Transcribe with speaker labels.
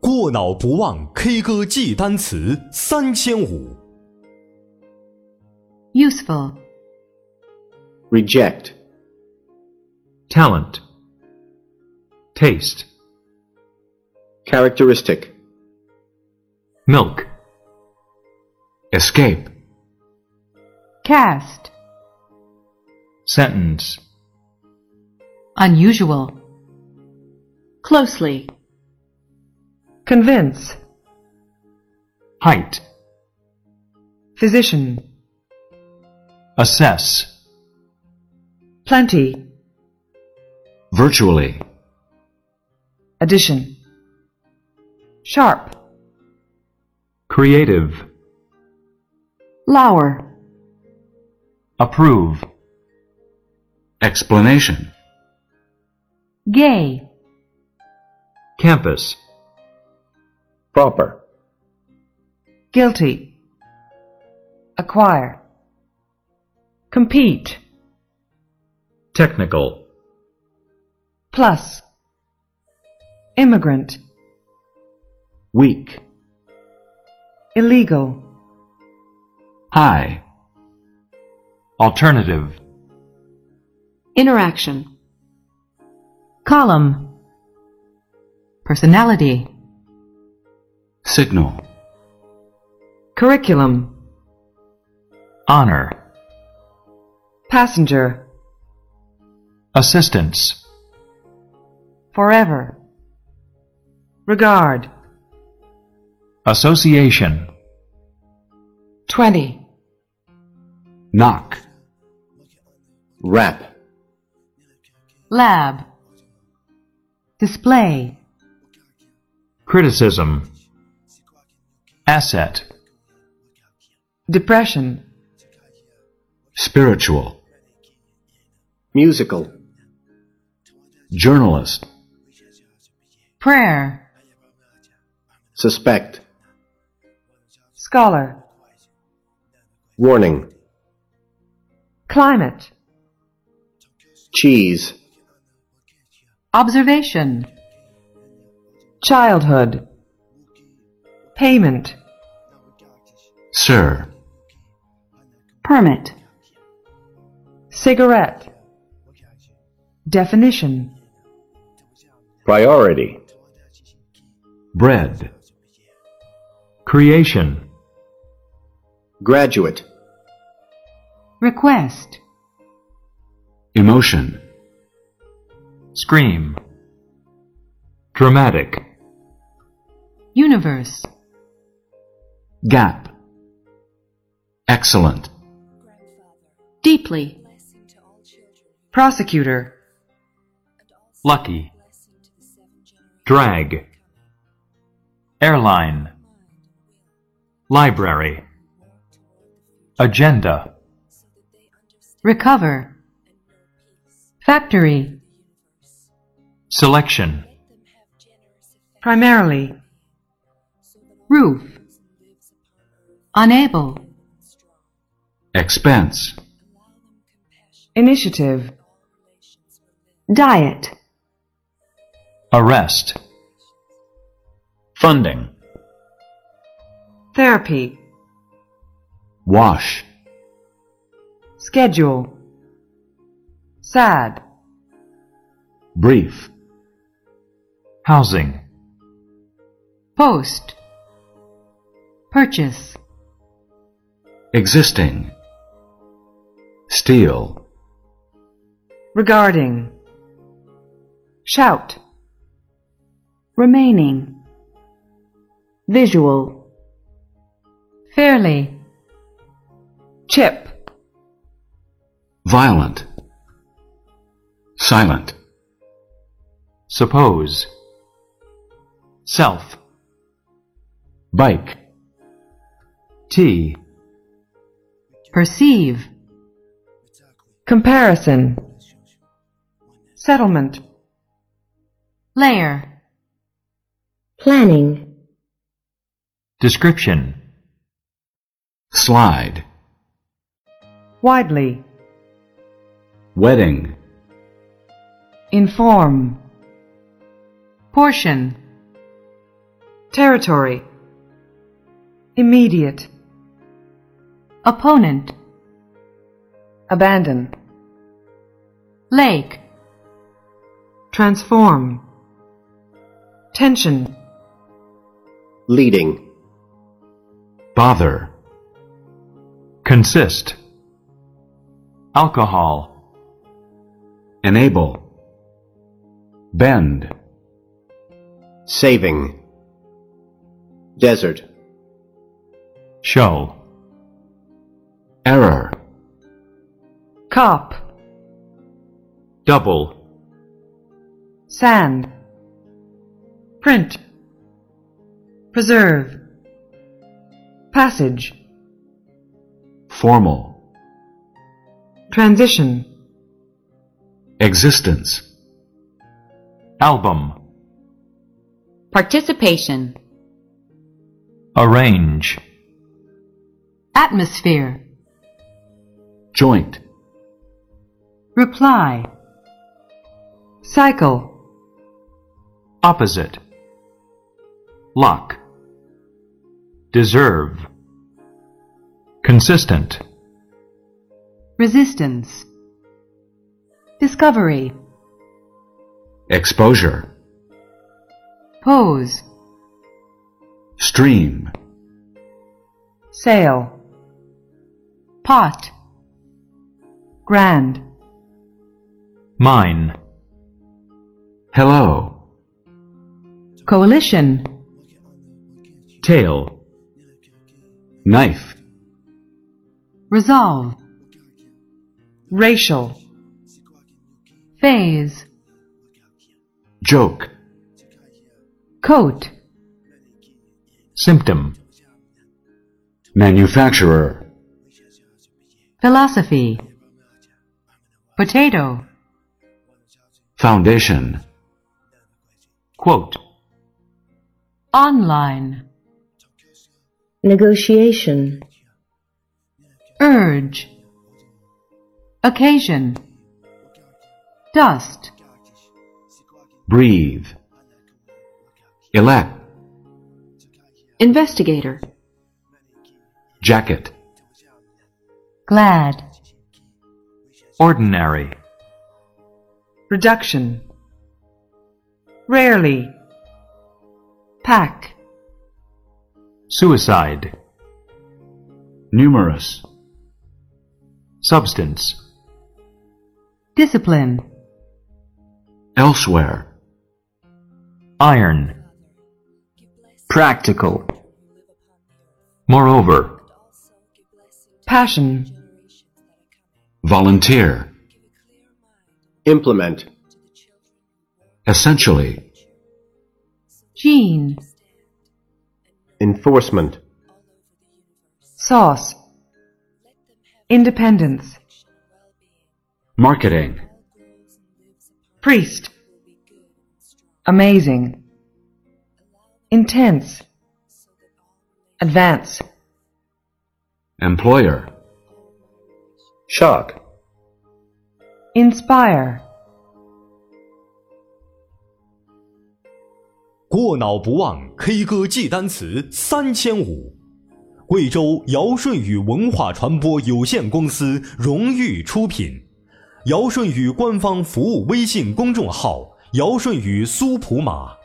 Speaker 1: 过脑不忘 K 歌记单词三千五。
Speaker 2: useful,
Speaker 3: reject,
Speaker 4: talent, taste,
Speaker 3: characteristic,
Speaker 4: milk, escape,
Speaker 2: cast,
Speaker 4: sentence,
Speaker 2: unusual, closely, convince,
Speaker 4: height,
Speaker 2: physician,
Speaker 4: assess,
Speaker 2: plenty,
Speaker 4: virtually,
Speaker 2: addition, sharp,
Speaker 4: creative,
Speaker 2: lower,
Speaker 4: approve, explanation,
Speaker 2: gay,
Speaker 4: campus,
Speaker 3: proper,
Speaker 2: guilty, acquire, compete,
Speaker 4: technical,
Speaker 2: plus, immigrant,
Speaker 4: weak,
Speaker 2: illegal,
Speaker 4: high, alternative,
Speaker 2: Interaction. Column. Personality.
Speaker 4: signal,
Speaker 2: Curriculum.
Speaker 4: honor,
Speaker 2: Passenger.
Speaker 4: assistance,
Speaker 2: Forever. Regard.
Speaker 4: association,
Speaker 2: 20.
Speaker 4: knock,
Speaker 3: rap,
Speaker 2: Lab. Display.
Speaker 4: criticism, asset,
Speaker 2: Depression.
Speaker 4: spiritual,
Speaker 3: musical,
Speaker 4: journalist,
Speaker 2: Prayer.
Speaker 3: suspect,
Speaker 2: Scholar.
Speaker 3: warning,
Speaker 2: Climate.
Speaker 3: cheese,
Speaker 2: Observation. Childhood. Payment.
Speaker 4: sir,
Speaker 2: Permit. Cigarette. Definition.
Speaker 3: priority,
Speaker 4: bread, creation,
Speaker 3: graduate,
Speaker 2: Request.
Speaker 4: emotion, scream, dramatic,
Speaker 2: Universe.
Speaker 4: gap, excellent,
Speaker 2: Deeply. Prosecutor.
Speaker 4: lucky, drag, airline, library, agenda,
Speaker 2: Recover. Factory.
Speaker 4: selection,
Speaker 2: Primarily. Roof. Unable.
Speaker 4: expense,
Speaker 2: Initiative. Diet.
Speaker 4: arrest, funding,
Speaker 2: Therapy.
Speaker 4: wash,
Speaker 2: Schedule. Sad.
Speaker 4: brief, housing,
Speaker 2: Post. Purchase.
Speaker 4: existing, steel,
Speaker 2: Regarding. Shout. Remaining. Visual. Fairly. Chip.
Speaker 4: violent, silent, suppose, self, bike, tea,
Speaker 2: Perceive. Comparison. Settlement. Layer. Planning.
Speaker 4: description, slide,
Speaker 2: Widely.
Speaker 4: wedding,
Speaker 2: Inform. Portion. territory, immediate, opponent, abandon, lake, transform, tension,
Speaker 3: leading,
Speaker 4: Bother. Consist. Alcohol. Enable. Bend.
Speaker 3: saving, desert,
Speaker 4: Show. Error.
Speaker 2: cop,
Speaker 4: Double.
Speaker 2: sand, print, preserve, passage,
Speaker 4: Formal.
Speaker 2: transition,
Speaker 4: Existence. Album.
Speaker 5: Participation.
Speaker 4: Arrange.
Speaker 5: Atmosphere.
Speaker 4: Joint.
Speaker 2: reply, cycle.
Speaker 4: Opposite. Lock. Deserve. Consistent.
Speaker 5: Resistance. Discovery.
Speaker 4: Exposure.
Speaker 5: Pose.
Speaker 4: Stream.
Speaker 2: Sail.
Speaker 5: Pot.
Speaker 2: Grand.
Speaker 4: Mine. Hello.
Speaker 5: Coalition.
Speaker 4: Tail. Knife.
Speaker 5: Resolve.
Speaker 2: Racial.
Speaker 5: Phase.
Speaker 4: Joke.
Speaker 5: Coat.
Speaker 4: Symptom. Manufacturer.
Speaker 5: Philosophy. Potato.
Speaker 4: Foundation. Quote.
Speaker 5: Online.
Speaker 6: negotiation,
Speaker 5: Urge. Occasion. Dust.
Speaker 4: Breathe. Elect.
Speaker 5: Investigator.
Speaker 4: Jacket.
Speaker 5: Glad.
Speaker 4: Ordinary.
Speaker 2: Reduction. Rarely.
Speaker 5: Pack.
Speaker 4: Suicide. Numerous. Substance.
Speaker 5: Discipline.
Speaker 4: Elsewhere. Iron. Practical. Moreover.
Speaker 2: Passion.
Speaker 4: Volunteer.
Speaker 3: implement,
Speaker 4: Essentially.
Speaker 5: Gene.
Speaker 3: enforcement,
Speaker 2: Sauce. Independence.
Speaker 4: Marketing.
Speaker 2: Priest. Amazing. Intense. Advance.
Speaker 4: Employer.
Speaker 3: shock,
Speaker 2: Inspire.
Speaker 1: 过脑不忘 K 歌记单词三千五，贵州尧舜禹文化传播有限公司荣誉出品，尧舜禹官方服务微信公众号：尧舜禹苏普码。